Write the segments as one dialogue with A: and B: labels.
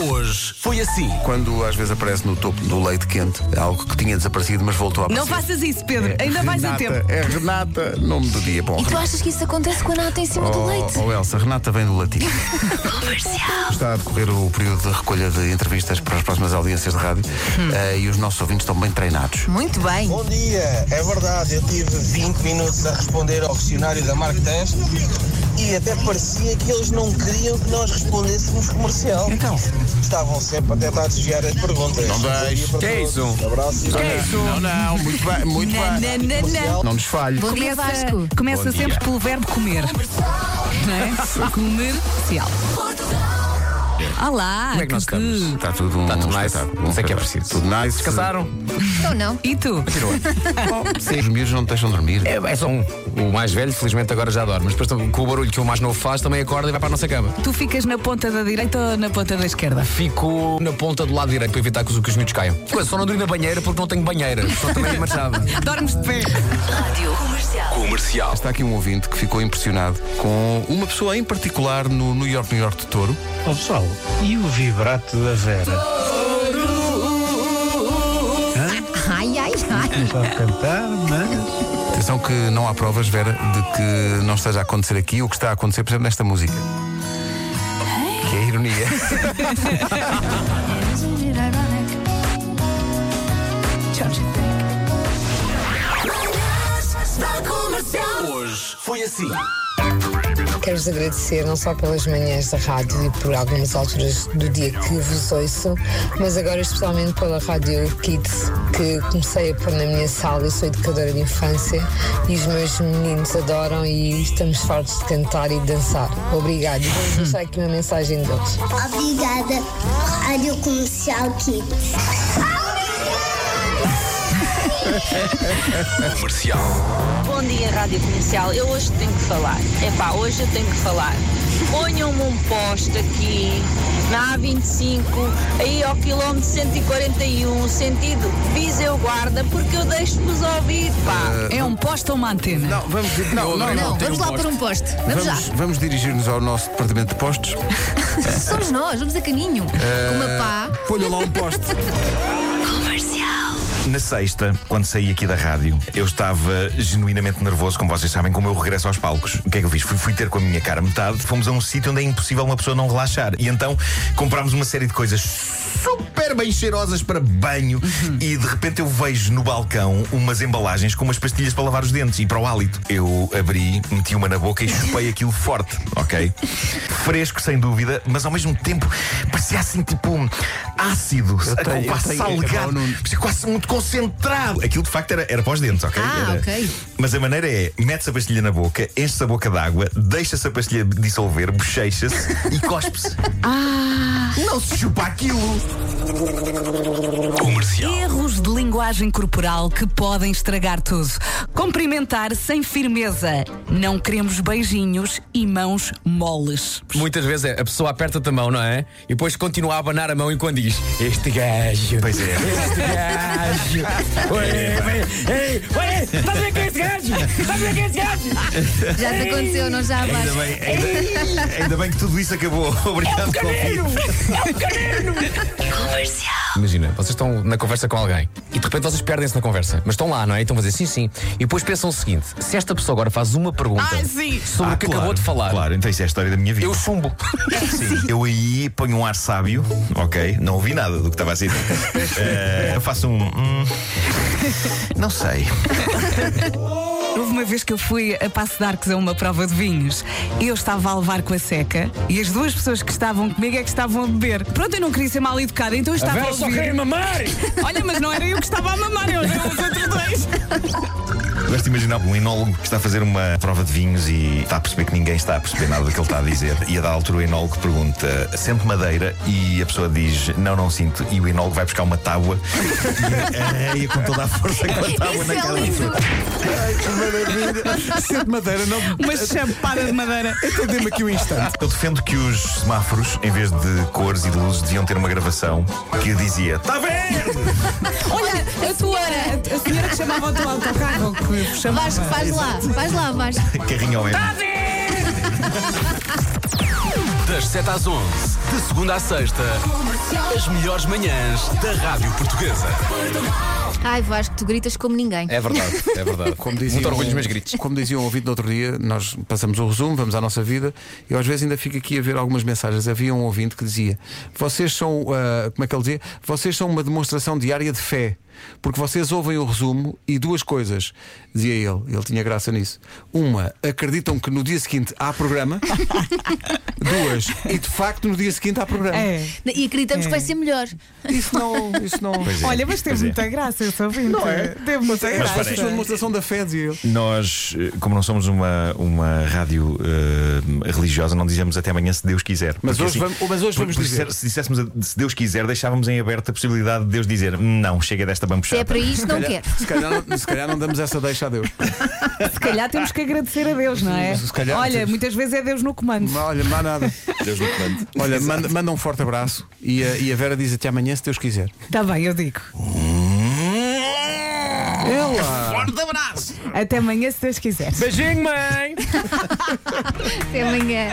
A: Hoje foi assim.
B: Quando às vezes aparece no topo do leite quente é algo que tinha desaparecido, mas voltou a aparecer.
C: Não faças isso, Pedro. Ainda vais a
B: Renata,
C: tempo.
B: É Renata, nome do dia. Bom,
D: E tu achas que isso acontece com a nata em cima do leite?
B: oh, oh, Elsa, Renata vem do latim.
D: Comercial.
B: Está a decorrer o período de recolha de entrevistas para as próximas audiências de rádio eh, e os nossos ouvintes estão bem treinados.
C: Muito bem.
E: Bom dia, é verdade, eu tive 20 minutos a responder ao questionário da Marquetange e até parecia que eles não queriam que nós respondêssemos comercial. Então? Estavam sempre a tentar desviar as perguntas. Não
B: deixes.
E: Que é isso? Abraço e bom dia.
B: Não, não, muito bem, muito
C: Na,
B: bem.
C: na, na, na.
B: Não nos falhe.
D: Bom dia,
C: Começa,
D: Vasco.
C: começa sempre pelo verbo comer. Não é? Comercial. Olá.
A: Como é que nós
C: Cucu.
A: estamos?
B: Está tudo um
A: Está tudo nice.
B: espetáculo.
A: Não sei o que é
B: Um
A: preciso.
B: Tudo nice.
A: Descansaram?
D: Ou não?
C: E tu?
B: Oh, sim. Os miúdos não te deixam dormir.
A: É, é só um. O mais velho, felizmente, agora já dorme. Mas depois, tam- com o barulho que o mais novo faz, também acorda e vai para a nossa cama.
C: Tu ficas na ponta da direita ou na ponta da esquerda?
A: Fico na ponta do lado direito para evitar que os, que os miúdos caiam. Coisa, só não durmo na banheira porque não tenho banheira. Só também é machado.
C: Dormes de pé.
B: Está aqui um ouvinte que ficou impressionado com uma pessoa em particular no New York, New York de Touro.
F: Ó pessoal, e o vibrato da Vera?
D: Ai, ai, ai.
F: Não sabe cantar, mas.
B: Atenção que não há provas, Vera, de que não esteja a acontecer aqui o que está a acontecer, por exemplo, nesta música. Que é ironia.
G: assim.
H: Quero-vos agradecer não só pelas manhãs da rádio e por algumas alturas do dia que vos ouço, mas agora especialmente pela Rádio Kids, que comecei a pôr na minha sala. Eu sou educadora de infância e os meus meninos adoram e estamos fartos de cantar e de dançar. Obrigada. E Vou deixar aqui uma mensagem deles.
I: Obrigada, Rádio Comercial Kids.
J: Bom dia, Rádio Comercial. Eu hoje tenho que falar. Epá, hoje eu tenho que falar. Ponham-me um poste aqui na A25, aí ao quilómetro 141, sentido Viseu Guarda, porque eu deixo-vos ouvir, pá.
C: É um poste ou uma antena?
B: Não, vamos, não, não,
D: Não, vamos lá pôr Eh, um poste. Vamos já.
B: Vamos, vamos dirigir-nos ao nosso departamento de postos.
D: Somos nós, vamos a caminho. Uma pá.
B: Ponha lá um poste.
G: Na sexta, quando saí aqui da rádio, eu estava genuinamente nervoso, como vocês sabem, com o meu regresso aos palcos. O que é que eu fiz? Fui, fui ter com a minha cara metade, fomos a um sítio onde é impossível uma pessoa não relaxar. E então comprámos uma série de coisas super bem cheirosas para banho
B: Uhum.
G: e de repente eu vejo no balcão umas embalagens com umas pastilhas para lavar os dentes e para o hálito. Eu abri, meti uma na boca e chupei aquilo forte, ok? Fresco, sem dúvida, mas ao mesmo tempo parecia assim tipo um ácido,
B: tenho- eu
G: com a
B: tenho- é epá, o
G: salgado.
B: Nuno-
G: Parecia quase muito concentrado. Aquilo de facto era, era para os dentes, ok?
D: Ah,
G: Era-
D: ok.
G: Mas a maneira é: metes a pastilha na boca, enches a boca d'água, deixa-se a pastilha dissolver, bochecha-se e cospe-se.
D: Ah.
G: Não se chupa aquilo!
C: Erros de linguagem corporal que podem estragar tudo. Cumprimentar sem firmeza. Não queremos beijinhos e mãos moles.
A: Muitas vezes é, a pessoa aperta-te a mão, não é? E depois continua a abanar a mão enquanto diz: Este gajo.
G: Pois é.
A: Este gajo. Oi, ei, oi, estás a ver quem é este gajo? Estás a ver quem é este gajo?
D: Já te aconteceu, não já
G: Ainda
D: abaixo.
G: bem, ainda, ainda bem que tudo isso acabou.
A: É um
G: Obrigado pelo convite.
A: Imagina, vocês estão na conversa com alguém e de repente vocês perdem-se na conversa, mas estão lá, não é? E estão a dizer sim, sim. E depois pensam o seguinte: se esta pessoa agora faz uma pergunta
C: Ah, sim.
A: sobre
G: Ah,
A: o que
G: claro,
A: acabou de falar,
G: Claro, então isso é a história da minha vida.
A: eu chumbo.
G: Sim, eu aí ponho um ar sábio, ok? Não ouvi nada do que estava a ser dito. Eh, eu faço um. hum, não sei.
C: Houve uma vez que eu fui a Passo de Arcos a uma prova de vinhos. Eu estava a levar com a seca e as duas pessoas que estavam comigo é que estavam a beber. Pronto, eu não queria ser mal educada, então eu estava a, ouvir.
A: mamar!
C: Olha, mas não era eu que estava a mamar, eu eram os outros dois.
G: Gosto de imaginar um enólogo que está a fazer uma prova de vinhos e está a perceber que ninguém está a perceber nada do que ele está a dizer. E a da altura o enólogo pergunta: sente madeira? E a pessoa diz: não, não sinto. E o enólogo vai buscar uma tábua e arreia com toda a força com a tábua
D: Isso
G: na
D: é
G: cara da
D: lindo.
G: pessoa.
B: Sente madeira, não.
C: Uma chapada de madeira.
B: Atendemos aqui um instante.
G: Eu defendo que os semáforos, em vez de cores e de luzes, deviam ter uma gravação que dizia: "Tá está verde!
C: Olha, a senhora, a senhora que chamava o teu autocarro, que chamava.
D: Vasco, faz lá. Faz lá, Vasco.
C: Tá.
G: Carrinho ao verde.
C: Sim!
K: Das 7 às 11, de segunda à sexta, as melhores manhãs da Rádio Portuguesa.
D: Ai, Vasco, tu gritas como ninguém.
A: É verdade, é verdade.
B: Como dizia
A: Muito orgulho
B: um-
A: dos meus gritos.
B: Como dizia um ouvinte no outro dia, nós passamos o resumo, vamos à nossa vida e eu às vezes ainda fico aqui a ver algumas mensagens. Havia um ouvinte que dizia: Vocês são, ah, como é que ele dizia? Vocês são uma demonstração diária de fé. Porque vocês ouvem o resumo e duas coisas, dizia ele, ele tinha graça nisso. Uma, acreditam que no dia seguinte há programa. duas, e de facto no dia seguinte há programa.
C: É.
D: E acreditamos que vai ser melhor.
B: Isso não, isso não.
G: Pois é,
C: Olha, mas teve
G: pois é.
C: muita graça esse ouvinte.
B: Não é?
C: Teve muita
G: Mas
C: graça.
G: parei.
B: Isso é uma demonstração da fé, dizia ele.
G: Nós, eh, como não somos uma, uma rádio eh, religiosa, não dizemos até amanhã se Deus quiser.
B: Mas
G: Porque, assim,
B: hoje vamos- mas hoje
G: por-
B: vamos
G: por
B: dizer.
G: disser- Se disséssemos a- se Deus quiser, deixávamos em aberto a possibilidade de Deus dizer não, chega desta
D: Se
G: bambuchada.
D: é para isto, não
B: Calhar-
D: quero.
B: se, calhar, não- se calhar não damos essa deixa a Deus.
C: Se calhar temos que agradecer a Deus, não é?
B: Se calhar
C: Olha,
B: temos-
C: muitas vezes é Deus no comando.
B: Olha, não há nada.
G: Deus no comando.
B: Olha, manda, manda um forte abraço e a, e a Vera diz até amanhã se Deus quiser.
C: Está Tá bem, eu digo.
B: Ela!
C: Até amanhã, se Deus quiser.
A: Beijinho, mãe!
D: Até amanhã.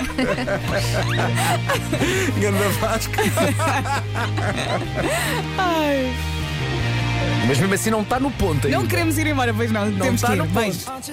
B: Ganda Vasco.
A: Mas mesmo assim não está no ponto ainda. assim
C: Não queremos ir embora, pois não. temos
A: está
C: que ir.
A: tá no ponto.
C: Beijo.